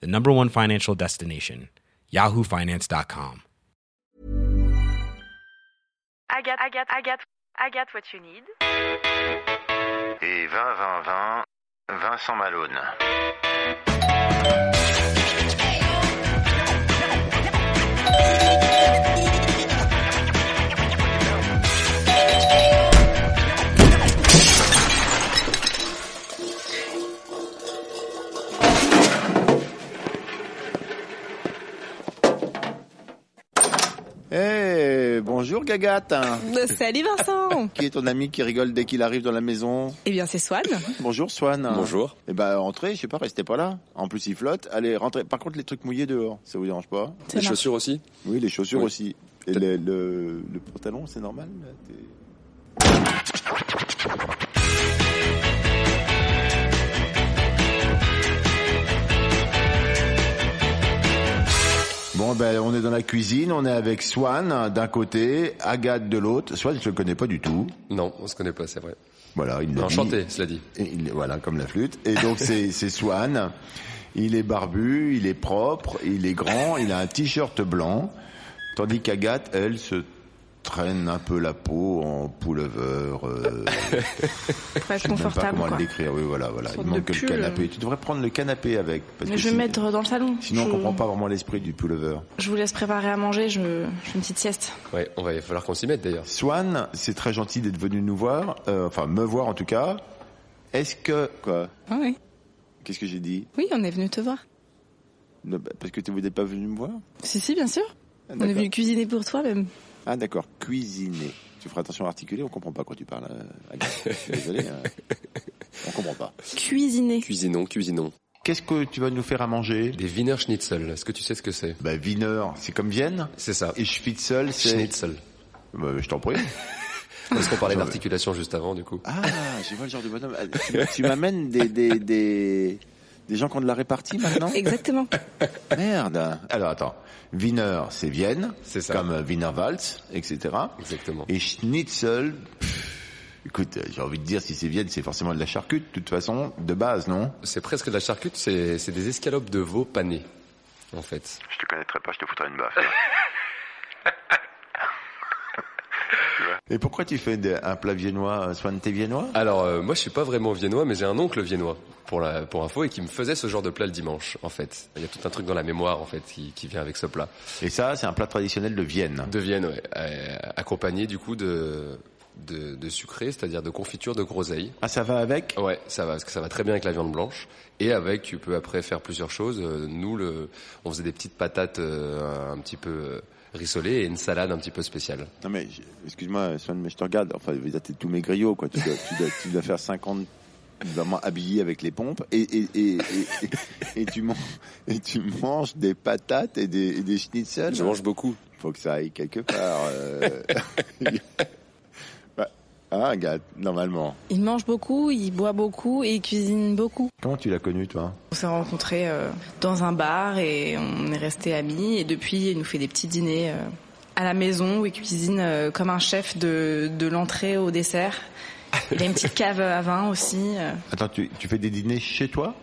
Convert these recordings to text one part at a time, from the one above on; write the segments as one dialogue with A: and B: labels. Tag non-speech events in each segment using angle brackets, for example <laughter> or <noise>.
A: the number one financial destination, yahoofinance.com.
B: I get, I get, I get, I get what you
C: <laughs>
B: need.
C: Et 20-20-20, Vincent Malone.
D: Eh, bonjour Gagate.
E: Salut Vincent
D: Qui est ton ami qui rigole dès qu'il arrive dans la maison
E: Eh bien c'est Swan.
D: Bonjour Swan.
F: Bonjour.
D: Eh ben entrez, je sais pas, restez pas là. En plus il flotte. Allez, rentrez. Par contre les trucs mouillés dehors, ça vous dérange pas
E: Ça
F: Les
E: marche.
F: chaussures aussi
D: Oui, les chaussures
F: Oui.
D: aussi. Et le, le, le pantalon, c'est normal là, t'es- Bon, ben, on est dans la cuisine, on est avec Swan d'un côté, Agathe de l'autre. Swan, je le connais pas du tout.
F: Non, on se connaît pas, c'est vrai.
D: Voilà,
F: Mmh.
D: il l'a dit.
F: Enchanté, cela dit.
D: Et il- voilà, comme la flûte. Et donc
E: <laughs>
D: c'est c'est Swan. Il est barbu, il est propre, il est grand, il a un t-shirt blanc. Tandis qu'Agathe, elle, se traîne un peu la peau en pullover. Euh,
E: Pour être
D: je sais même pas
E: confortable
D: comment
E: quoi.
D: le décrire. Oui, voilà, voilà.
E: Sorte
D: Il
E: de
D: manque que le
E: pull.
D: canapé. Tu devrais prendre le canapé avec. Parce
E: Mais
D: que
E: je vais
D: si-
E: me mettre dans le salon.
D: Sinon,
E: je...
D: on comprend pas vraiment l'esprit du pullover.
E: Je vous laisse préparer à manger, je, je fais une petite sieste.
F: Ouais, on va il va falloir qu'on s'y mette d'ailleurs.
D: Swan, c'est très gentil d'être venu nous voir, euh, enfin me voir en tout cas. Est-ce que quoi
E: Ah oui.
D: Qu'est-ce que j'ai dit
E: Oui, on est venu te voir.
D: Non, bah, Parce que tu vous n'êtes pas venu me voir.
E: Si si, bien sûr.
D: Ah,
E: On est
D: d'accord.
E: venu cuisiner pour toi même.
D: Ah d'accord, cuisiner. Tu feras attention à articuler, on comprend pas quand tu parles. euh, Agathe. Je suis Désolé, <laughs> euh, on comprend pas.
E: Cuisiner.
F: Cuisinons, cuisinons.
D: Qu'est-ce que tu vas nous faire à manger
F: Des Wiener Schnitzel, est-ce que tu sais ce que c'est
D: Bah Wiener, c'est comme Vienne.
F: C'est ça.
D: Et Spitzel, c'est.
F: Schnitzel.
D: Bah, je t'en prie.
F: Parce qu'on parlait d'articulation juste avant, du coup.
D: <laughs> Ah, je vois le genre de bonhomme. Ah, tu- Tu m'amènes des des des des gens qui ont de la répartie maintenant.
E: Exactement.
D: Merde. Alors attends, Wiener, c'est Vienne.
F: C'est ça.
D: Comme euh, Wiener Waltz, etc.
F: Exactement.
D: Et Schnitzel. pff, Écoute, euh, j'ai envie de dire si c'est Vienne, c'est forcément de la charcute, de toute façon, de base, non
F: C'est presque de la charcute, c'est c'est des escalopes de veau panées, en fait.
C: Je te connaîtrai pas, je te foutrai une baffe.
D: Et pourquoi tu fais des- un plat viennois, euh, Swan, t'es viennois
F: Alors, euh, moi, je suis pas vraiment viennois, mais j'ai un oncle viennois, pour, la, pour info, et qui me faisait ce genre de plat le dimanche, en fait. Il y a tout un truc dans la mémoire, en fait, qui, qui vient avec ce plat.
D: Et ça, c'est un plat traditionnel de Vienne.
F: De Vienne, ouais. Euh, accompagné, du coup, de, de, de sucré, c'est-à-dire de confiture de groseille.
D: Ah, ça va avec
F: Ouais, ça va, parce que ça va très bien avec la viande blanche. Et avec, tu peux après faire plusieurs choses. Euh, Nous, le, on faisait des petites patates euh, un petit peu euh, rissolées et une salade un petit peu spéciale.
D: Non mais, je- excuse-moi, Swan, mais je te regarde. Enfin, vous êtes tous mes griots, quoi. Tu dois, tu dois, tu dois faire 50 vraiment habillé avec les pompes et, et, et, et, et- et tu manges, et tu manges des patates et des, et des schnitzels.
F: Je mange beaucoup.
D: Faut que ça aille quelque part. euh. <laughs> Bah, ah, gars, normalement.
E: Il mange beaucoup, il boit beaucoup et il cuisine beaucoup.
D: Comment tu l'as connu, toi
E: On s'est rencontrés euh, dans un bar et on est restés amis et depuis il nous fait des petits dîners euh, à la maison où il cuisine euh, comme un chef de, de l'entrée au dessert. Il a une petite cave à vin aussi. euh.
D: Attends, tu, tu fais des dîners chez toi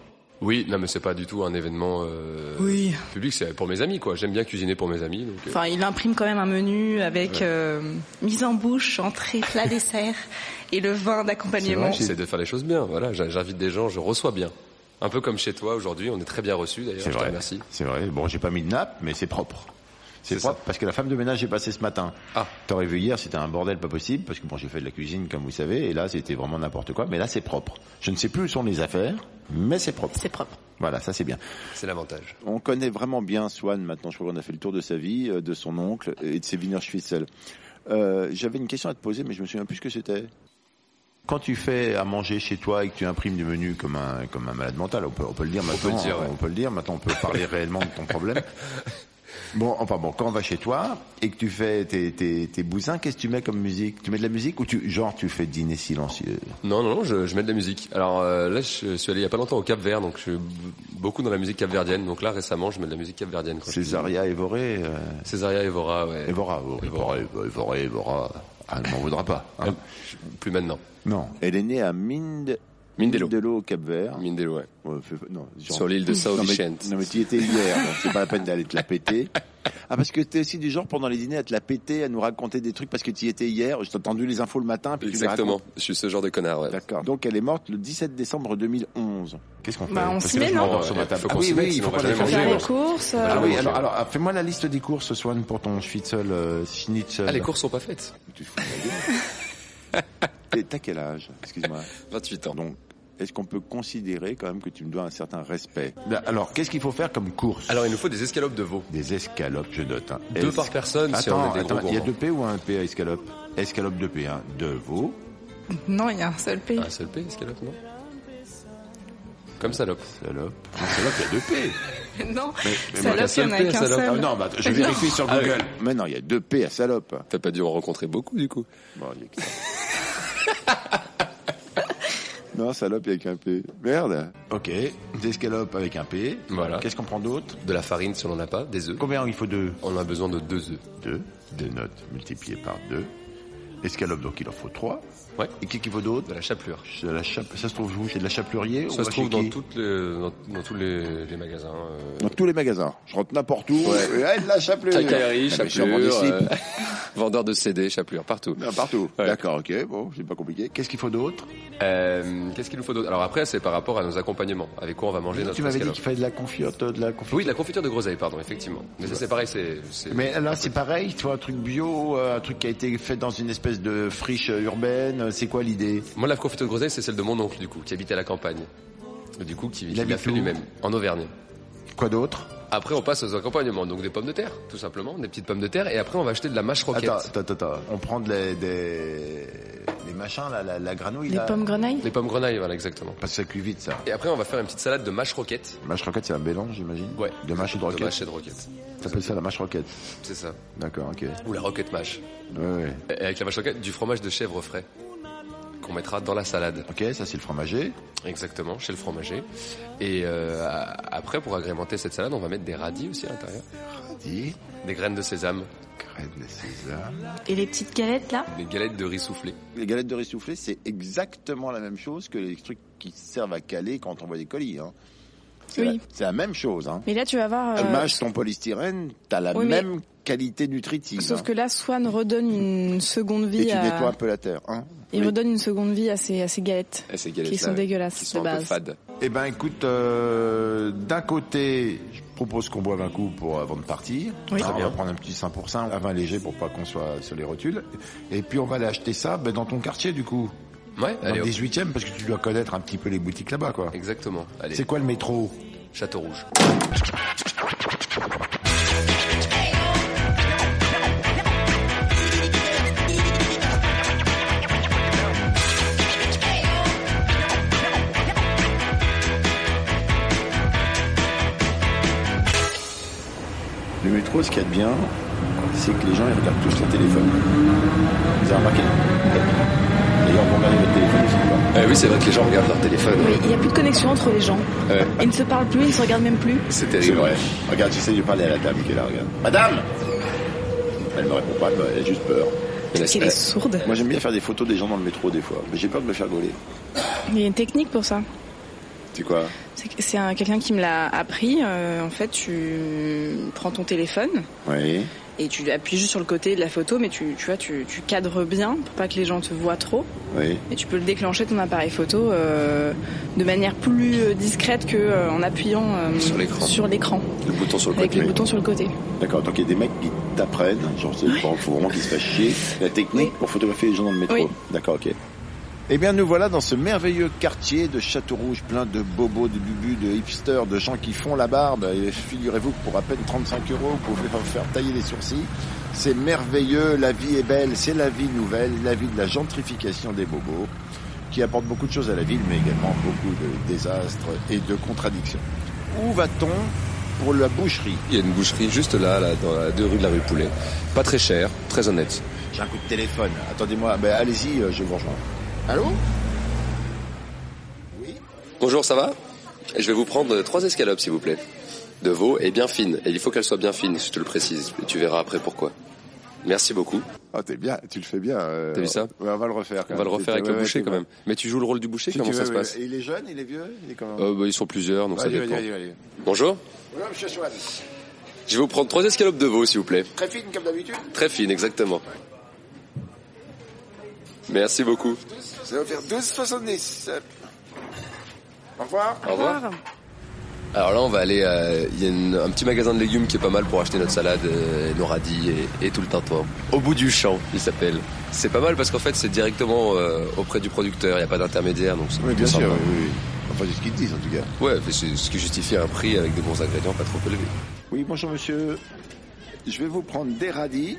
F: Oui, non, mais c'est pas du tout un événement euh,
E: Oui.
F: public, c'est pour mes amis, quoi. J'aime bien cuisiner pour mes amis. Donc, euh,
E: Enfin, il imprime quand même un menu avec
F: Ouais.
E: euh, mise en bouche, entrée,
F: <laughs>
E: plat, dessert et le vin d'accompagnement.
F: j'essaie de faire les choses bien. Voilà, J'a- j'invite des gens, je reçois bien. Un peu comme chez toi aujourd'hui, on est très bien reçus d'ailleurs. Je te remercie.
D: C'est vrai. Bon, j'ai pas mis de nappe, mais c'est propre. C'est
F: C'est
D: propre parce que la femme de ménage est passée ce matin.
F: Ah.
D: T'aurais vu hier, c'était un bordel pas possible parce que bon, j'ai fait de la cuisine comme vous savez et là c'était vraiment n'importe quoi. Mais là c'est propre. Je ne sais plus où sont les affaires, mais c'est propre.
E: C'est propre.
D: Voilà, ça c'est bien.
F: C'est l'avantage.
D: On connaît vraiment bien Swan maintenant. Je crois qu'on a fait le tour de sa vie, euh, de son oncle et de ses Wiener Schnitzel. Euh, J'avais une question à te poser, mais je me souviens plus ce que c'était. Quand tu fais à manger chez toi et que tu imprimes du menu comme un, comme un malade mental, on peut, on peut le dire maintenant. hein,
F: le dire, ouais.
D: on peut le dire. Maintenant, on peut
F: <laughs>
D: parler réellement de ton problème. Bon, enfin bon, quand on va chez toi et que tu fais tes, tes, tes bousins, qu'est-ce que tu mets comme musique Tu mets de la musique ou tu, genre, tu fais dîner silencieux
F: Non, non, non, je, je mets de la musique. Alors euh, là, je suis allé il y a pas longtemps au Cap-Vert, donc je suis b- beaucoup dans la musique capverdienne. Donc là, récemment, je mets de la musique capverdienne. quand je cuisine.
D: Césaria Evoré, euh,
F: Césaria Evora, ouais.
D: Evora, oh, Evora, Evora, Evora, Evora. Ah, elle m'en voudra pas. hein.
F: Euh, je- Plus maintenant.
D: Non. Elle est née à Minde...
F: Mindelo.
D: Mindelo au Cap-Vert.
F: Mindelo, ouais.
D: Ouais, fais- non, genre-
F: Sur l'île de Sao
D: Non, mais-
F: Vicente.
D: Non mais tu y étais hier, donc c'est pas la peine d'aller te la
F: <laughs>
D: péter. Ah parce que t'es aussi du genre pendant les dîners à te la péter, à nous raconter des trucs parce que tu y étais hier. Je t'ai entendu les infos le matin, puis tu les
F: Exactement.
D: racontes.
F: Je suis ce genre de connard, ouais.
D: D'accord. Donc elle est morte le 17 décembre 2011. Qu'est-ce qu'on fait
E: Bah, on
D: Parce
E: s'y
D: que
E: met,
D: je
E: non
D: m'endors sur ma
F: Ouais,
D: table.
F: faut
D: Ah
F: qu'on
D: oui,
F: s'y
D: oui,
F: mette,
D: il faut
F: sinon on
D: qu'on
F: va
D: aille
F: jamais
D: faire
E: Faire
F: manger,
D: les
E: les
F: ouais.
D: courses.
E: courses.
F: Bah,
E: euh,
D: Ah oui,
F: manger.
D: alors, alors, fais-moi la liste des courses, Swan, pour ton schnitzel. Euh, schnitzel.
F: Ah, les courses sont pas faites.
D: Tu te fous de
F: <laughs>
D: ma gueule. T'es- T'as quel âge Excuse-moi.
F: 28 ans.
D: Donc, est-ce qu'on peut considérer quand même que tu me dois un certain respect Bah, Alors, qu'est-ce qu'il faut faire comme course
F: Alors, il nous faut des escalopes de veau.
D: Des escalopes, je note. hein.
F: Deux
D: Es-
F: par personne, si on
D: Attends,
F: est des gros
D: attends, il y a
F: gourmands.
D: deux P ou un P à escalope Escalope de P, hein. De veau.
E: Non, il y a un seul pays.
F: Un seul P, escalope, non Comme salope.
D: Salope. Non, salope, il y a deux P.
E: non,
F: mais moi,
E: salope, il n'y en
F: la
E: a
F: seule
E: qu'un
F: paix, salope.
D: Ah,
E: seul.
D: non, bah, je vérifie sur
F: Ah oui.
D: Google. Mais non, il y a deux P à salope.
F: T'as pas dû en rencontrer beaucoup, du coup.
D: Bon, il y a que
F: <laughs>
D: ça. non, salope avec un P. Merde. Ok, des escalopes avec un P.
F: Voilà.
D: Qu'est-ce qu'on prend d'autre
F: De la farine, si on en a pas. Des œufs.
D: Combien il faut deux
F: On a besoin de deux œufs.
D: Deux. Deux notes multipliées par deux. Escalope, donc il en faut trois.
F: Ouais.
D: Et qu'est-ce qu'il faut d'autre
F: De la chapelure.
D: De la chape- Ça se trouve où Chez de la chapelurier
F: Ça
D: ou
F: se
D: chez
F: trouve dans,
D: qui
F: toutes les- dans, dans tous les, les magasins. euh,
D: Dans tous les magasins. Je rentre n'importe où. Et, hey, de la chapelure.
F: Takahari,
D: Ah, mais je suis en
F: chapelure,
D: Vendée-Cible.
F: euh, vendeur de CD, chapelure, partout.
D: Non, partout.
F: Ouais.
D: D'accord, ok. Bon, c'est pas compliqué. Qu'est-ce qu'il faut d'autre
F: Euh, Qu'est-ce qu'il nous faut d'autre Alors après, c'est par rapport à nos accompagnements. Avec quoi on va manger notre
D: Tu m'avais dit
F: escalope
D: qu'il fallait de la confiote, euh, de la confiture.
F: Oui, de la confiture de groseille, pardon, effectivement. Mais ça, c'est pareil, c'est... c'est-
D: Mais là, c'est pareil. Il te faut un truc bio, euh, un truc qui a été fait dans une espèce de friche euh, urbaine. C'est quoi l'idée
F: Moi, la confiture de groseille, c'est celle de mon oncle, du coup, qui habite à la campagne. Et Du coup, qui, qui l'a
D: habite
F: fait
D: où
F: lui-même, en Auvergne.
D: Quoi d'autre
F: Après, on passe aux accompagnements, donc des pommes de terre, tout simplement, des petites pommes de terre, et après, on va acheter de la mâche roquette.
D: Attends, attends, attends, attends. On prend de les, des, les machins, là, la, la granouille.
E: Les
D: là.
E: pommes grenailles
F: Des pommes grenailles, voilà, exactement.
D: Parce que ça cuit vite, ça.
F: Et après, on va faire une petite salade de mâche roquette.
D: Mâche roquette, c'est un mélange, j'imagine
F: Ouais.
D: De mâche et de
F: De mâche
D: roquette.
F: et de roquette.
D: T'appelles ça la mâche roquette
F: C'est ça.
D: D'accord, ok.
F: Ou la roquette mâche.
D: Ouais, ouais.
F: Et Euh, Avec la vache roquette, du fromage de chèvre frais qu'on mettra dans la salade.
D: Ok, ça, c'est le fromager.
F: Exactement, chez le fromager. Et euh, a- après, pour agrémenter cette salade, on va mettre des radis aussi à l'intérieur.
D: Dit.
F: Des graines de sésame,
D: Crête de sésame.
E: et les petites galettes là
F: des galettes de riz soufflé.
D: Les galettes de riz soufflé, c'est exactement la même chose que les trucs qui servent à caler quand on voit des colis. Hein. C'est
E: Oui.
D: la- C'est la même chose. Hein.
E: Mais là, tu vas voir.
D: Tu
E: euh,
D: mâches ton polystyrène, t'as la
E: Oui, mais-
D: même qualité nutritive.
E: Sauf
D: hein.
E: que là, Swan redonne une seconde
D: Et
E: vie
D: tu nettoies un
E: à.
D: peu la terre. Hein
E: Il
D: Oui.
E: redonne une seconde vie à ces, à ces galettes.
F: Et ces galettes
E: Qui sont dégueulasses,
F: Qui sont
E: de
F: un peu
E: base.
F: fades.
D: Eh ben écoute, euh, d'un côté, je propose qu'on boive un coup pour avant de partir.
E: Oui.
D: Hein,
E: Très
D: on
F: bien.
D: va prendre un petit 5%, un vin léger pour pas qu'on soit sur les rotules. Et puis on va aller acheter ça ben, dans ton quartier du coup,
F: Ouais,
D: dans
F: allez,
D: le
F: hop.
D: 18e parce que tu dois connaître un petit peu les boutiques là-bas quoi.
F: Exactement. Allez,
D: C'est quoi le métro
F: Château Rouge.
D: Le métro, ce qu'il y a de bien, c'est que les gens ils regardent tous leur téléphone. Vous avez remarqué D'ailleurs, vous regardez votre téléphone aussi.
F: Eh oui, c'est vrai que les gens regardent leur téléphone.
E: Oui, il n'y a plus de connexion entre les gens.
F: Ouais.
E: Ils ne se parlent plus, ils ne se regardent même plus.
F: C'est
D: C'est
F: terrible.
D: vrai. Regarde, j'essaie de parler à la dame qui est là, regarde. Madame Elle me répond pas, elle a juste peur.
F: Elle
E: Elle est sourde.
D: Moi j'aime bien faire des photos des gens dans le métro des fois, mais j'ai peur de me faire gauler.
E: Il y a une technique pour ça.
D: C'est quoi
E: C'est que- C'est un- quelqu'un qui me l'a appris. euh, en fait, tu prends ton téléphone
D: Oui.
E: et tu appuies juste sur le côté de la photo, mais tu, tu vois, tu, tu cadres bien pour pas que les gens te voient trop.
D: Oui.
E: Et tu peux le déclencher ton appareil photo euh, de manière plus euh, discrète que euh, en appuyant euh,
F: Sur l'écran.
E: sur l'écran,
F: Le bouton sur le
E: avec
F: côté.
E: le bouton sur le côté.
D: D'accord, donc il y a des mecs qui t'apprennent, genre c'est vraiment- faut vraiment qu'ils se fassent chier, la technique
E: Oui.
D: pour photographier les gens dans le métro.
E: Oui.
D: D'accord, ok. Eh bien, nous voilà dans ce merveilleux quartier de Château-Rouge, plein de bobos, de bubus, de hipsters, de gens qui font la barbe. Et figurez-vous que pour à peine 35 euros, vous pouvez vous faire tailler les sourcils. C'est merveilleux, la vie est belle, c'est la vie nouvelle, la vie de la gentrification des bobos. qui apporte beaucoup de choses à la ville, mais également beaucoup de désastres et de contradictions. Où va-t-on pour la boucherie
F: Il y a une boucherie juste là, là dans la deux rue de la rue Poulet. Pas très cher, très honnête.
D: J'ai un coup de téléphone. Attendez-moi, ben, allez-y, euh, je vous rejoins. Allô Oui
F: Bonjour, ça va Je vais vous prendre trois escalopes, s'il vous plaît. De veau et bien fine. Et il faut qu'elle soit bien fine, je te le précise. Et tu verras après pourquoi. Merci beaucoup.
D: Ah, t'es bien, tu le fais bien. euh,
F: T'as vu ça
D: ouais, On va le refaire. quand
F: On va
D: même.
F: le refaire avec
D: Ouais,
F: le
D: ouais,
F: boucher
D: tu
F: quand
D: vois.
F: même. Mais tu joues le rôle du boucher
D: Si
F: Comment
D: tu
F: ça
D: veux,
F: se
D: oui,
F: passe
D: oui. Il est jeune, il est vieux, il est comment
F: Euh, bah, Ils sont plusieurs, donc ça
D: Vas-y, vas-y,
F: dépend.
D: vas-y, vas-y.
F: Bonjour,
D: Voilà, monsieur Swann.
F: je vais vous prendre trois escalopes de veau, s'il vous plaît.
D: Très fine comme d'habitude.
F: Très fines, exactement. Merci beaucoup.
D: Ça va faire 12,70. Euh, Au revoir.
F: Au revoir. Alors là, on va aller. euh, Il y a une- un petit magasin de légumes qui est pas mal pour acheter notre salade, euh, et nos radis et, et tout le tintouin. Au bout du champ, il s'appelle. C'est pas mal parce qu'en fait, c'est directement euh, auprès du producteur. Il n'y a pas d'intermédiaire, donc. c'est
D: Oui, bien
F: sympa.
D: sûr, oui, oui. Enfin, c'est ce qu'ils disent en tout cas.
F: Ouais, mais c'est ce qui justifie un prix avec de bons ingrédients, pas trop élevés.
D: Oui, bonjour monsieur. Je vais vous prendre des radis.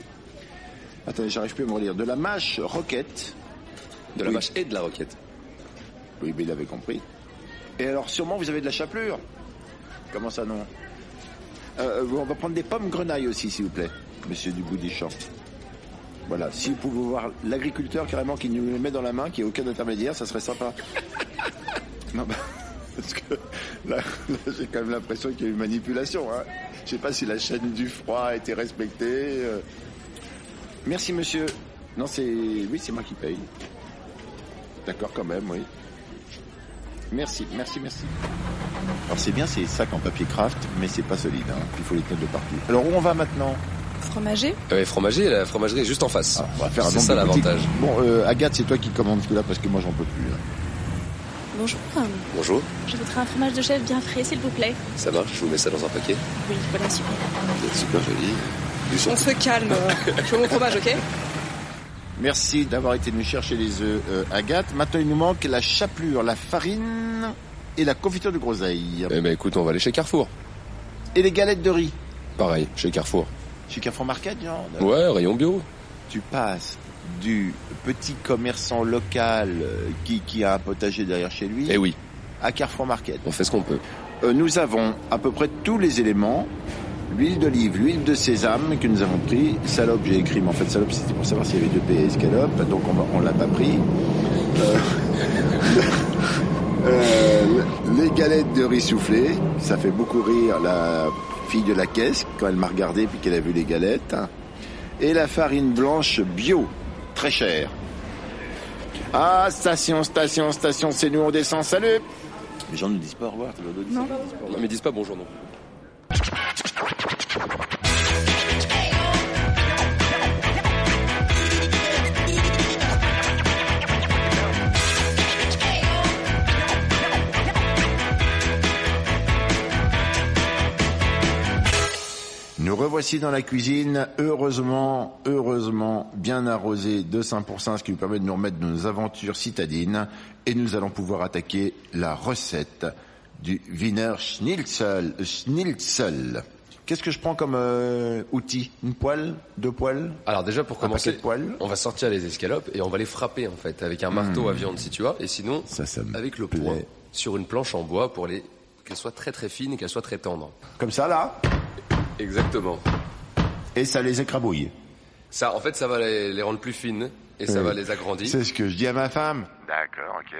D: Attendez, j'arrive plus à me relire. De la mâche roquette.
F: De la
D: Oui.
F: vache et de la roquette.
D: Oui, mais il avait compris. Et alors, sûrement, vous avez de la chapelure. Comment ça, non Euh, On va prendre des pommes grenailles aussi, s'il vous plaît, monsieur du bout des champs. Voilà, si vous pouvez voir l'agriculteur carrément qui nous les met dans la main, qui n'y ait aucun intermédiaire, ça serait sympa. non, bah, parce que là, là, j'ai quand même l'impression qu'il y a eu manipulation. Hein. Je sais pas si la chaîne du froid a été respectée. euh. Merci, monsieur. Non, c'est... Oui, c'est moi qui paye. D'accord, quand même, oui. Merci, merci, merci. Alors c'est bien ces sacs en papier craft, mais c'est pas solide. hein. Il faut les tenir de partout. Alors où on va maintenant
E: Fromager
F: Ah Ouais, fromager, la fromagerie est juste en face.
D: Ah, On va faire un
F: c'est
D: nombre
F: ça
D: de
F: l'avantage.
D: boutiques. Bon, euh, Agathe, c'est toi qui commandes tout là parce que moi j'en peux plus. hein. là.
G: Bonjour,
F: Bonjour,
G: je voudrais un fromage de chef bien frais, s'il vous plaît.
F: ça marche, je vous mets ça dans un paquet.
G: Oui, voilà, super.
F: C'est super joli. Du son.
H: On se calme. Je veux mon fromage, ok
D: Merci d'avoir été nous chercher les œufs, euh, Agathe. Maintenant il nous manque la chapelure, la farine et la confiture de groseille.
F: Eh ben écoute, on va aller chez Carrefour.
D: Et les galettes de riz.
F: Pareil, chez Carrefour.
D: Chez Carrefour Market, genre
F: Ouais, rayon bio.
D: tu passes du petit commerçant local euh, qui, qui a un potager derrière chez lui
F: Eh oui,
D: à Carrefour Market.
F: on fait ce qu'on peut.
D: Euh, nous avons à peu près tous les éléments. L'huile d'olive, l'huile de sésame que nous avons pris. Salope, j'ai écrit, mais en fait, salope, c'était pour savoir s'il y avait deux P et escalope, donc on, va- on l'a pas pris. Euh, <laughs> euh, les galettes de riz soufflé, ça fait beaucoup rire la fille de la caisse quand elle m'a regardé puis qu'elle a vu les galettes. Et la farine blanche bio, très chère. Ah, station, station, station, c'est nous, on descend, salut Les gens ne nous disent pas au revoir, tu leur dis-
F: Non, mais ils disent pas bonjour non plus.
D: Nous revoici dans la cuisine, heureusement, heureusement, bien arrosé de 5%, ce qui nous permet de nous remettre de nos aventures citadines, et nous allons pouvoir attaquer la recette du Wiener Schnitzel. Schnitzel. Qu'est-ce que je prends comme euh, outil Une poêle Deux poêles
F: Alors déjà pour
D: Un
F: commencer,
D: paquet de poils. Hmm.
F: on va sortir les escalopes et on va les frapper en fait avec un marteau à viande si tu as et sinon
D: Ça, ça me
F: avec le
D: plaît.
F: poing sur une planche en bois pour les qu'elles soient très très fines et qu'elles soient très tendres.
D: Comme ça, là
F: Exactement.
D: Et ça les écrabouille.
F: Ça en fait ça va les, les rendre plus fines et ça
D: Oui.
F: va les agrandir.
D: C'est ce que je dis à ma femme.
C: <laughs> D'accord, ok.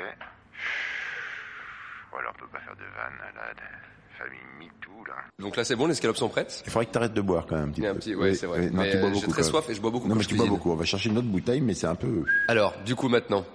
C: Voilà, on peut pas faire de vannes, là, de famille MeToo, là.
F: Donc là c'est bon, les escalopes sont prêtes.
D: Il faudrait que t'arrêtes de boire quand même un petit
F: Il y a un
D: peu.
F: petit- ouais,
D: Oui,
F: c'est vrai.
D: oui. Non,
F: Mais,
D: tu bois
F: euh, j'ai
D: beaucoup.
F: très
D: quand même.
F: soif et je bois beaucoup
D: Non,
F: quand
D: mais
F: je
D: tu bois
F: cuisine.
D: beaucoup. On va chercher une autre bouteille, mais c'est un peu...
F: Alors du coup maintenant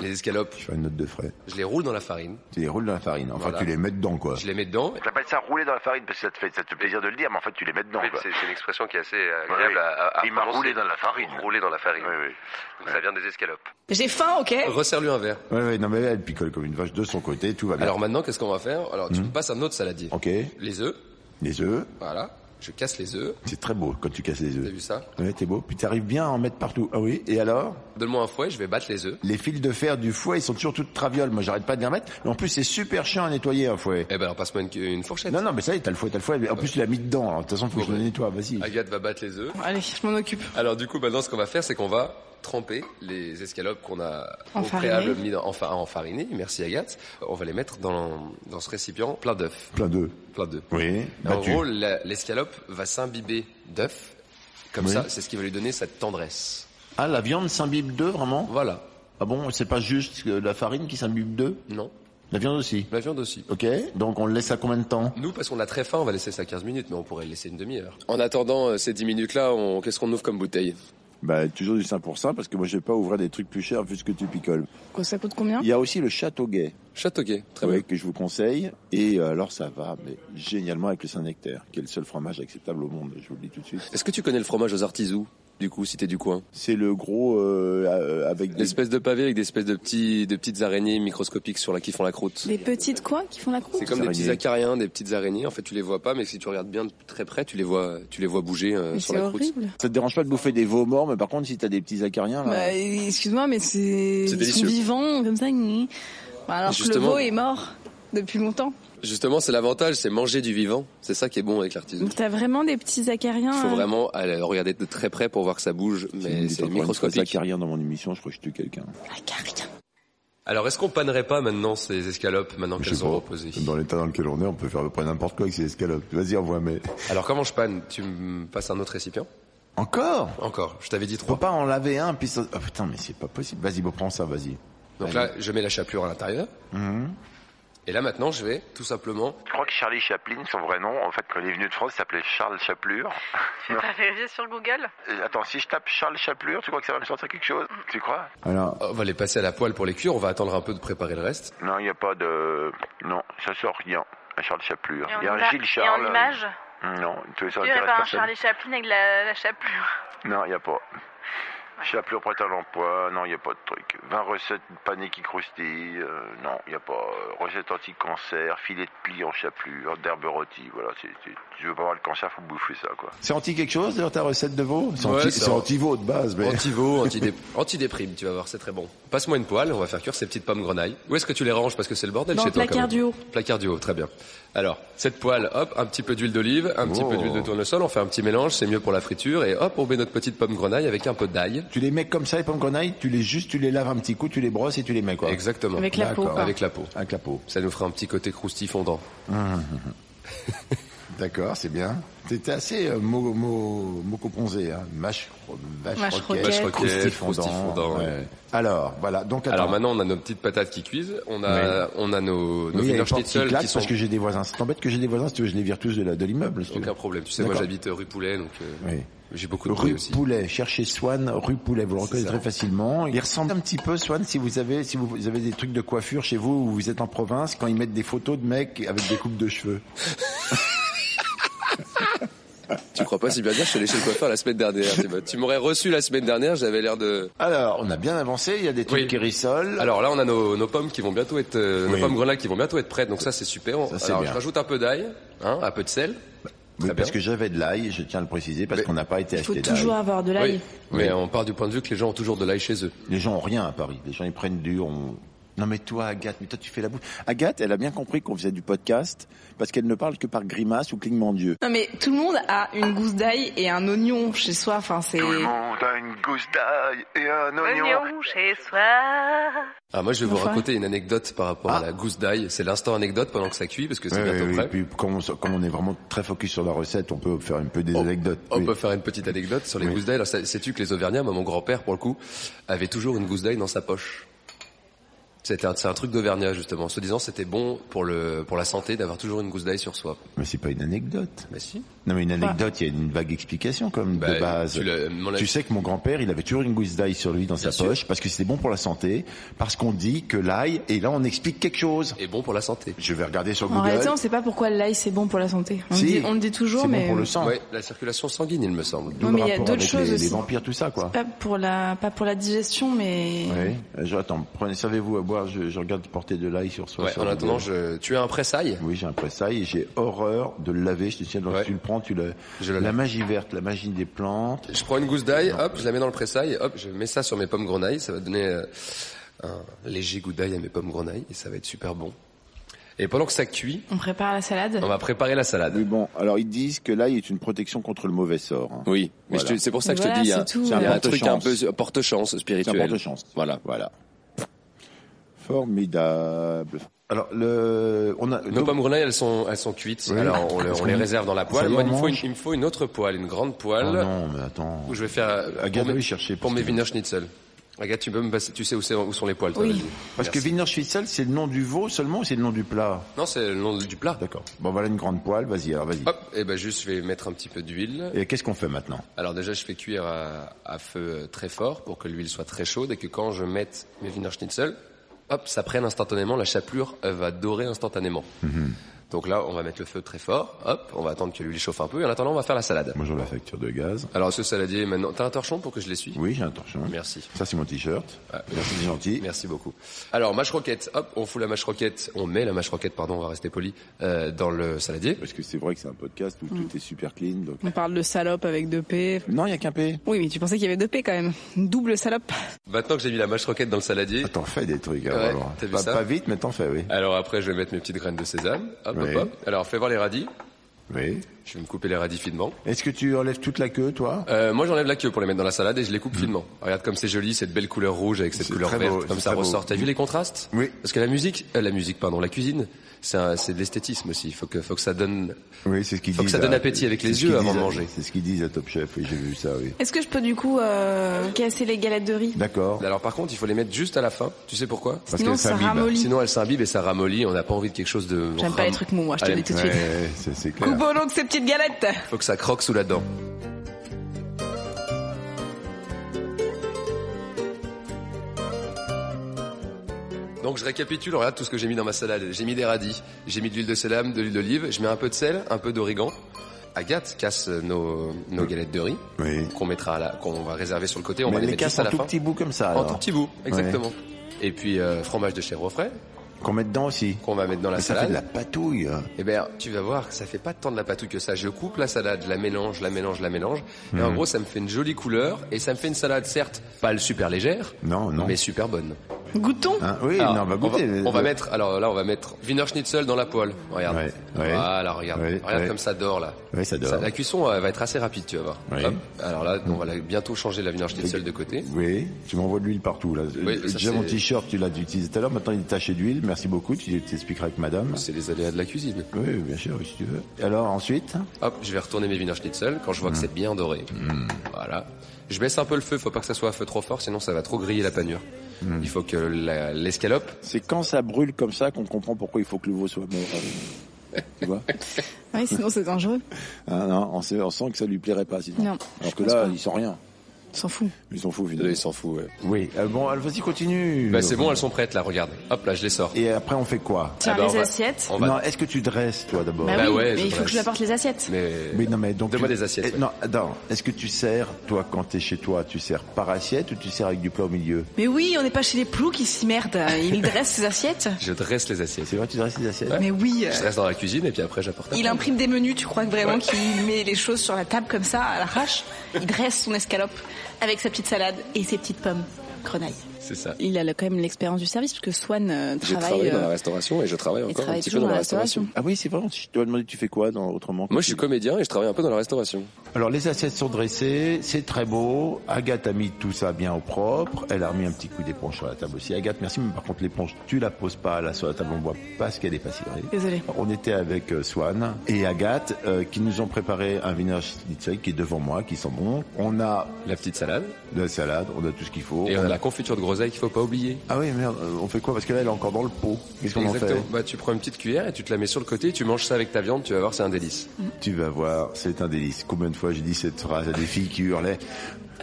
F: les escalopes,
D: Je fais une note de frais.
F: je les roule dans la farine,
D: Tu les roules dans la farine. Enfin,
F: Voilà.
D: tu les mets dedans, quoi.
F: je les mets dedans.
C: J'appelle ça rouler dans la farine parce que ça te fait, ça te fait plaisir de le dire, mais en fait tu les mets dedans. quoi.
F: une expression qui est assez euh,
C: agréable à- à- à bah. Il m'a prononcer. roulé dans la farine. Roulé
F: dans la farine.
C: Oui, oui.
F: Donc ça vient des escalopes.
E: J'ai faim, ok
F: Resserre-lui un verre.
D: Ouais, ouais, non, mais elle picole comme une vache de son côté, tout va bien.
F: Alors maintenant, qu'est-ce qu'on va faire Alors,
C: Hmm.
F: tu me passes un autre saladier.
D: ok,
F: Les œufs,
D: les œufs,
F: voilà. Je casse les œufs.
D: c'est très beau quand tu casses les
F: T'as
D: œufs.
F: vu ça
D: Ouais, t'es beau. Puis t'arrives bien à en mettre partout. Ah oui, et alors
F: Donne-moi un fouet, je vais battre les œufs.
D: Les fils de fer du fouet, ils sont toujours toutes travioles. Moi, j'arrête pas de les remettre. Mais en plus, c'est super chiant à nettoyer un fouet.
F: Eh ben alors, passe-moi une, une fourchette.
D: Non, non, mais ça y est, t'as le fouet, t'as le fouet. En plus, tu l'as mis dedans. Alors, de toute façon, faut que je le nettoie. Vas-y.
F: Agathe va battre les œufs.
E: Allez, je m'en occupe.
F: Alors du coup, maintenant, ce qu'on va faire, c'est qu'on va tremper les escalopes qu'on a
E: En
F: au
E: fariné.
F: préalable mis dans- en, fa- en fariné. Merci Agathe. On va les mettre dans, dans ce récipient plein d'œufs.
D: Plein d'œufs.
F: Plein d'œufs.
D: Oui,
F: En
D: battu.
F: gros, la- l'escalope va s'imbiber d'œufs. Comme
D: Oui.
F: ça, c'est ce qui va lui donner cette tendresse.
D: Ah, la viande s'imbibe d'œufs, vraiment
F: Voilà.
D: Ah bon, c'est pas juste euh, la farine qui s'imbibe d'œufs
F: Non.
D: La viande aussi. Ah
F: La viande aussi.
D: Ok, donc on le laisse à combien de temps
F: Nous, parce qu'on a très faim, on va laisser ça 15 minutes, mais on pourrait laisser une demi-heure. En attendant euh, ces 10 minutes-là, on... qu'est-ce qu'on ouvre comme bouteille
I: Bah, toujours du 5%, parce que moi, je vais pas ouvrir des trucs plus chers vu ce que tu picoles.
E: Quoi, ça coûte combien
I: Il y a aussi le Château Gay,
F: Châteauguay. Très
I: ouais,
F: bien.
I: que je vous conseille. Et euh, alors, ça va, mais génialement avec le Saint-Nectaire, qui est le seul fromage acceptable au monde, je vous le dis tout de suite.
F: Est-ce que tu connais le fromage aux artisous du coup, si t'es du coin.
I: C'est le gros euh, euh, avec des...
F: L'espèce de pavé avec des espèces de petits, de petites araignées microscopiques sur la qui font la croûte.
G: Des petites quoi qui font la croûte
F: C'est comme des
I: araignées.
F: petits acariens, des petites araignées. En fait, tu les vois pas, mais si tu regardes bien de très près, tu les vois, tu les vois bouger euh,
E: Mais
F: sur
E: c'est
F: la croûte.
E: horrible.
I: Ça te dérange pas de bouffer des veaux morts, mais par contre, si t'as des petits acariens, là...
E: Bah, excuse-moi, mais c'est.
F: Ah.
E: Ils
F: C'est
E: sont
F: délicieux.
E: vivants, comme ça. gni. Bah, alors que le
F: Justement.
E: veau est mort depuis longtemps.
F: Justement, c'est l'avantage, c'est manger du vivant. C'est ça qui est bon avec l'artisan.
G: Donc t'as vraiment des petits acariens.
F: Il faut
G: euh,
F: vraiment aller regarder de très près pour voir que ça bouge, mais c'est microscopique.
I: acariens dans mon émission, je crois que je tue quelqu'un.
G: acariens.
F: Alors, est-ce qu'on panerait pas maintenant ces escalopes, maintenant
D: Je
F: qu'elles
D: sais
F: sont
D: pas.
F: reposées
D: Dans l'état dans lequel on est, on peut faire à peu près n'importe quoi avec ces escalopes. Vas-y, envoie, mais.
F: Alors, comment je panne Tu me passes un autre récipient
D: Encore
F: Encore, je t'avais dit
D: Faut
F: trois.
D: pas en laver un, puis ça... Ah, putain, mais c'est pas possible. Vas-y, bon, prends ça, vas-y.
F: Donc là, je mets la chapelure à l'intérieur.
D: Mhm.
F: Et là, maintenant, je vais tout simplement...
C: Je crois que Charlie Chaplin, son vrai nom, en fait, quand il est venu de France, il s'appelait Charles Chaplure.
B: Tu vas vérifier sur Google
C: Et Attends, si je tape Charles Chaplure, tu crois que ça va me sortir quelque chose Tu crois
D: Alors,
F: oh, On va les passer à la poêle pour les cuire, on va attendre un peu de préparer le reste.
C: Non, il n'y a pas de. Non, ça sort rien. Un Charles Chaplure.
B: Et en
C: Il y a un
B: ima-
C: Gilles
B: et en
C: Charles. Mm,
B: image,
C: Non, tu veux
B: tu
C: ça
B: aurais
C: intéresse
B: pas un
C: personne.
B: Charlie Chaplin avec la, la chapelure.
C: Non, il n'y a pas. Chaplure prête à l'emploi, non, il n'y a pas de truc. 20 recettes de panier qui croustille, euh, non, il n'y a pas. Euh, Recettes anti-cancer, filet de pli en chapelure, d'herbe rôtie, voilà. c'est c'est- tu veux pas avoir le cancer, faut bouffer ça, quoi.
D: c'est anti quelque chose, d'ailleurs, ta recette de veau C'est
F: Ouais,
D: anti-
F: ça-
D: Ah, c'est anti-veau de base, mais. <laughs>
F: Antivo, antidé- antidéprime, tu vas voir, c'est très bon. Passe-moi une poêle, on va faire cuire ces petites pommes grenailles. Où est-ce que tu les ranges Parce que c'est le bordel
G: Dans
F: chez
G: le
F: toi. quand
G: placard
F: même.
G: du haut.
F: Placard du haut, très bien. Alors, cette poêle, hop, un petit peu d'huile d'olive, un petit
D: Oh.
F: peu d'huile de tournesol, on fait un petit mélange, c'est mieux pour la friture, et hop, on met notre petite pomme grenaille avec un peu d'ail.
D: Tu les mets comme ça, les pommes grenailles, tu les juste, tu les laves un petit coup, tu les brosses et tu les mets, quoi.
F: Exactement.
G: Avec la peau,
D: D'accord.
G: quoi.
F: Avec la peau.
D: Un clapot.
F: Ça nous fera un petit côté croustillant fondant.
D: D'accord, c'est bien. T'étais assez euh, mo- mo- moco-bronzé, hein. Mâche, vache,
E: Mâche
D: roquette,
E: roquette,
D: croustifondant,
F: croustifondant,
D: ouais.
F: ouais.
D: Alors, voilà. Donc, attends.
F: Alors maintenant, on a nos petites patates qui cuisent, on a, on a
D: Oui,
F: nos, nos
D: il y a
F: Wiener
D: les portes qui
F: Schnitzel
D: claquent
F: qui sont...
D: parce que j'ai des voisins. C'est embête que j'ai des voisins, si tu veux, je les vire tous de la- de l'immeuble. si tu veux.
F: Aucun problème. Tu sais, moi
D: D'accord.
F: j'habite euh, rue Poulet, donc euh,
D: Oui.
F: j'ai beaucoup de bruit
D: Rue
F: aussi.
D: Poulet, cherchez Swan, rue Poulet, vous le
F: C'est
D: reconnaissez
F: ça.
D: très facilement. Il ressemble un petit peu, Swan, si vous avez, si vous avez des trucs de coiffure chez vous ou vous êtes en province, quand ils mettent des photos de mecs avec des coupes de cheveux.
F: Tu crois pas si bien dire, je suis allé chez le coiffeur la semaine dernière. Tu vois. Tu m'aurais reçu la semaine dernière, j'avais l'air de...
D: Alors, on a bien avancé, il y a des trucs
F: Oui.
D: qui rissolent.
F: Alors là, on a nos, nos pommes qui vont bientôt être... euh,
D: Oui.
F: Nos pommes grenades qui vont bientôt être prêtes, donc ça c'est super. On-
D: Ça, c'est
F: Alors
D: bien.
F: je rajoute un peu d'ail, hein, un peu de sel.
D: Oui,
F: Très
D: parce
F: bien.
D: que j'avais de l'ail, je tiens à le préciser, parce
F: Mais-
D: qu'on n'a pas été
G: Il faut
D: acheté
G: toujours
D: d'ail.
G: avoir de l'ail.
F: Oui. Mais on part du point de vue que les gens ont toujours de l'ail chez eux.
D: Les gens ont rien à Paris. Les gens, ils prennent du, on... Non mais toi Agathe, mais toi tu fais la bouche.
I: Agathe, elle a bien compris qu'on faisait du podcast parce qu'elle ne parle que par grimace ou clignement d'yeux.
E: Non, mais tout le monde a une gousse d'ail et un oignon chez soi. Enfin, c'est.
C: Tout le monde a une gousse d'ail et un oignon.
B: Oignon chez soi.
F: Ah, moi, je vais vous
E: Enfin.
F: raconter une anecdote par rapport
D: Ah.
F: à la gousse d'ail. C'est l'instant anecdote pendant que ça cuit, parce que c'est
D: Ouais,
F: bientôt
D: ouais, ouais.
F: prêt.
D: Et puis comme on, comme on est vraiment très focus sur la recette, on peut faire un peu des
F: Oh,
D: anecdotes.
F: On
D: Oui.
F: peut faire une petite anecdote sur les gousses d'ail. Alors, ça- sais-tu que les Auvergnats, moi, mon grand-père, pour le coup, avait toujours une gousse d'ail dans sa poche C'était un, c'est un truc d'Auvergnat, justement, en se disant c'était bon pour, le, pour la santé d'avoir toujours une gousse d'ail sur soi.
D: Mais c'est pas une anecdote.
F: Bah si.
D: Non mais une anecdote, il y a une vague explication comme
F: Bah,
D: de base.
F: tu l'as- mon avis-
D: Tu sais que mon grand-père, il avait toujours une gousse d'ail sur lui dans sa
F: sûr.
D: poche parce que c'était bon pour la santé, parce qu'on dit que l'ail et là on explique quelque chose.
F: Et bon pour la santé.
D: Je vais regarder sur
E: En
D: Google.
E: réalité, on sait pas pourquoi l'ail c'est bon pour la santé. On,
D: Si,
E: le, dit, on le dit toujours,
D: c'est
E: mais.
D: bon pour le sang.
F: Ouais, la circulation sanguine, il me semble.
D: D'où
E: Ouais,
D: le
E: mais il y a
D: rapport
E: d'autres
D: avec
E: choses
D: les, les
E: aussi. Ah
D: vampires, tout ça quoi.
E: Pas pour la, pas pour la digestion, mais.
D: Oui. Euh, je- attends, prenez, savez-vous à boire Je, je regarde porter de l'ail sur soi.
F: Ouais,
D: sur
F: en
D: le
F: attendant,
D: dos.
F: je... tu as un pressail
D: Oui, j'ai un pressail et j'ai horreur de le laver. Je te tiens, donc
F: Ouais.
D: tu le prends, tu le.
F: Je le
D: la
F: lave.
D: magie verte, la magie des plantes.
F: Je prends une gousse d'ail, hop, je la mets dans le pressail, hop, je mets ça sur mes pommes grenailles, ça va donner euh, un léger goût d'ail à mes pommes grenailles et ça va être super bon. Et pendant que ça cuit,
E: On prépare la salade.
F: on va préparer la salade.
I: Mais bon, alors ils disent que l'ail est une protection contre le mauvais sort. hein.
F: Oui, mais je te- c'est pour ça que
E: Voilà,
F: je te dis, il y
E: c'est
F: a,
E: tout.
F: il y a
I: C'est un
F: un truc un
I: porte-chance.
F: peu porte-chance
I: C'est un
F: spirituel.
I: porte-chance.
F: Voilà.
I: Voilà. Formidable.
D: Alors, le, on a,
F: Nos
D: donc-
F: pommes grenades, elles sont, elles sont cuites.
D: Oui.
F: Alors on, les-
D: Parce
F: on les
D: qu'on-
F: réserve dans la
D: Ça
F: poêle.
D: y est,
F: Moi,
D: on
F: il me faut une,
D: mange
F: il me faut une autre poêle, une grande
D: Oh
F: poêle
D: non, mais attends.
F: où je vais faire euh,
D: Agathe,
F: pour mes,
D: oui, cherchez.
F: pour
D: parce
F: mes
D: que-
F: Wiener Schnitzel. Agathe, tu peux me passer, tu sais où, c'est- où sont les poêles toi,
E: Oui.
F: vas-y.
D: Parce que
F: Merci.
D: Wiener Schnitzel, c'est le nom du veau seulement ou c'est le nom du plat
F: non, c'est le nom du plat.
D: D'accord. Bon, voilà une grande poêle. Vas-y, alors vas-y.
F: Hop, et ben juste, je vais mettre un petit peu d'huile.
D: Et qu'est-ce qu'on fait maintenant
F: Alors déjà, je fais cuire à, à feu euh, très fort pour que l'huile soit très chaude et que quand je mette mes Wiener Schnitzel, hop, ça prenne instantanément, la chapelure euh, va dorer instantanément. Donc là, on va mettre le feu très fort, hop, on va attendre que l'huile chauffe un peu et en attendant, on va faire la salade.
D: Bonjour la facture de gaz.
F: Alors ce saladier, maintenant, t'as un torchon pour que je l'essuie
D: Oui, j'ai un torchon.
F: Merci.
D: Ça, c'est mon t-shirt.
F: Ah,
D: Merci, c'est gentil.
F: Merci beaucoup. Alors, mâche roquette, hop, on fout la mâche roquette, on met la mâche roquette, pardon, on va rester poli, euh, dans le saladier.
I: Parce que c'est vrai que c'est un podcast où tout est super clean. Donc...
E: On parle de salope avec deux P.
I: Non, il y a qu'un P.
E: Oui, mais tu pensais qu'il y avait deux P quand même. Une Double salope.
F: Maintenant que j'ai mis la mâche roquette dans le saladier,
D: T'en fais des trucs, hein,
F: Ouais,
D: vraiment.
F: t'as vu
D: pas,
F: ça Ah.
D: pas vite, mais t'en fais, oui.
F: alors après, je vais mettre mes petites graines de sésame, hop,
D: Oui.
F: hop, hop. Alors, fais voir les radis.
D: Oui.
F: Je vais me couper les radis finement.
D: Est-ce que tu enlèves toute la queue, toi
F: Euh, moi, j'enlève la queue pour les mettre dans la salade et je les coupe finement. Regarde comme c'est joli, cette belle couleur rouge avec cette
D: Mm. C'est
F: couleur
D: très
F: verte,
D: beau,
F: comme
D: c'est
F: ça
D: très beau.
F: ressort. T'as vu les contrastes
D: Oui.
F: Parce que la musique, euh, la musique, pardon, la cuisine, c'est un- c'est de l'esthétisme aussi. Il faut que, faut que ça donne.
D: Oui, c'est ce qu'ils
F: Faut que
D: disent.
F: ça donne
D: à-
F: appétit avec
D: c'est
F: les
D: ce qu'ils
F: yeux avant
D: disent
F: de
D: à-
F: manger.
D: C'est ce qu'ils disent à Top Chef, oui, j'ai vu ça, oui.
G: Est-ce que je peux du coup euh, casser les galettes de riz
D: D'accord.
F: Alors par contre, il faut les mettre juste à la fin. Tu sais pourquoi
D: Parce
E: Sinon,
D: que ça
E: ça
D: imbibe.
E: ramollit.
F: bah, Sinon, elle s'imbibe et ça ramollit. On n'a pas envie de quelque chose de.
E: J'aime pas les trucs mous, moi, je te
F: Allez.
E: le dis tout de
D: Ouais,
E: suite.
D: ouais, c'est- c'est clair.
E: Coupe au long de ces petites galettes.
F: Faut que ça croque sous la dent. Donc je récapitule, regarde tout ce que j'ai mis dans ma salade. J'ai mis des radis, j'ai mis de l'huile de sésame, de l'huile d'olive, je mets un peu de sel, un peu d'origan. Agathe casse euh, nos, nos galettes de riz
D: Oui.
F: qu'on mettra à la- qu'on va réserver sur le côté, on
D: Mm. mais
F: va les
D: les
F: mettre
D: casses
F: juste à
D: en
F: la
D: tout
F: fin.
D: petit bout comme ça,
F: En tout
D: alors.
F: petit bout, exactement. Et puis euh, fromage de chèvre au frais
D: Qu'on met dedans aussi.
F: qu'on va mettre dans la
D: Mais ça fait
F: salade.
D: de la patouille. hein.
F: Eh ben, tu vas voir que ça fait pas tant de la patouille que ça. Je coupe la salade, la mélange, la mélange, la mélange. Et
D: Mhm.
F: en gros, ça me fait une jolie couleur et ça me fait une salade, certes, pas le super légère.
D: Non, non.
F: Mais super bonne.
E: Goûtons.
D: Hein, oui,
F: Alors,
D: non, euh, on va goûter.
F: On va, mettre, alors là, on va mettre Wiener Schnitzel dans la poêle. Regarde.
D: Ouais, ouais.
F: Voilà, regarde.
D: Ouais,
F: regarde
D: ouais.
F: comme ça dort, là.
D: Oui, ça dort.
F: la cuisson euh, va être assez rapide, tu vas voir.
D: Oui.
F: Hop. Alors là, on va la- bientôt changer la Wiener Schnitzel de côté.
D: Oui, tu m'envoies de l'huile partout. Là. Euh,
F: Oui, ça,
D: Déjà mon
F: c'est-
D: t-shirt, tu l'as utilisé tout à l'heure, maintenant il est taché d'huile, merci beaucoup, tu t'expliqueras avec madame.
F: C'est les aléas de la cuisine.
D: Oui, bien sûr, si tu veux. Alors ensuite
F: Hop, je vais retourner mes Wiener Schnitzel quand je vois que c'est bien doré. Voilà. Je baisse un peu le feu, faut pas que ça soit à feu trop fort, sinon ça va trop griller la panure. Il faut que la- l'escalope,
I: C'est quand ça brûle comme ça qu'on comprend pourquoi il faut que le veau soit bon. tu
F: <laughs>
I: vois
F: Ah.
E: Oui, sinon c'est dangereux.
I: Hein, non, on, sait, on sent que ça lui plairait pas. Sinon.
E: Non,
I: Alors
E: je
I: que
E: pense
I: là,
E: pas.
I: ils sent rien.
E: On s'en fout.
F: Ah
I: Ils s'en foutent.
F: il
I: finalement.
F: s'en fout. ouais.
D: Oui, euh, bon, alors vas-y, continue.
F: Bah, c'est bon, elles sont prêtes là, regarde. Hop là, je les sors.
D: Et après on fait quoi
E: Tiens,
F: Ah bah, on
E: les
F: va-
E: assiettes.
F: On va.
D: Non, est-ce que tu dresses toi d'abord
E: Bah,
F: Bah
E: oui,
F: ouais, je
E: mais il faut
F: voudrais-
E: que je lui apporte les assiettes.
F: Mais,
D: Mais non, mais donc.
F: Donne-moi
D: tu-
F: des assiettes,
D: Eh,
F: ouais.
D: Non, attends, est-ce que tu sers, toi, quand t'es chez toi, tu sers par assiette ou tu sers avec du plat au milieu
E: Mais oui, on n'est pas chez les ploucs qui s'y merdent.
F: <laughs>
E: Ils dressent ses assiettes.
F: je dresse les assiettes.
D: C'est vrai, tu dresses les assiettes
E: Mais oui. euh,
F: Je dresse dans la cuisine et puis après j'apporte.
E: Il imprime des menus, tu crois que vraiment qu'il met les choses sur la table comme ça, à l'arrache Il dresse son escalope avec sa petite salade et ses petites pommes. Grenaille.
F: C'est ça.
E: Il a quand même l'expérience du service, parce que Swan euh,
F: J'ai
E: travaille...
F: travaillé dans la
E: euh,
F: restauration et je travaille
E: il
F: encore un
E: travaille
F: petit peu dans
E: toujours
F: la
E: dans la
F: restauration.
E: restauration.
I: Ah oui, c'est vrai. Je dois demander, tu fais quoi dans, autrement
F: Moi, je suis comédien et je travaille un peu dans la restauration.
D: Alors les assiettes sont dressées, c'est très beau. Agathe a mis tout ça bien au propre. Elle a remis un petit coup d'éponge sur la table aussi. Agathe, merci. Mais par contre, l'éponge, tu la poses pas là sur la table. On voit pas ce qu'elle est passée.
E: Désolée.
D: On était avec euh, Swan et Agathe euh, qui nous ont préparé un Wiener Schnitzel qui est devant moi, qui sent bon. On a
F: La petite salade
D: de la salade, on a tout ce qu'il faut.
F: et on
D: On
F: a la confiture de groseille qu'il faut pas oublier.
D: Ah oui, merde, euh, on fait quoi Parce que là, elle est encore dans le pot. Qu'est-ce qu'on en fait
F: Exactement. Bah, tu prends une petite cuillère et tu te la mets sur le côté, tu manges ça avec ta viande, tu vas voir, c'est un délice.
D: Tu vas voir, c'est un délice. Combien de fois j'ai dit cette phrase à des filles qui hurlaient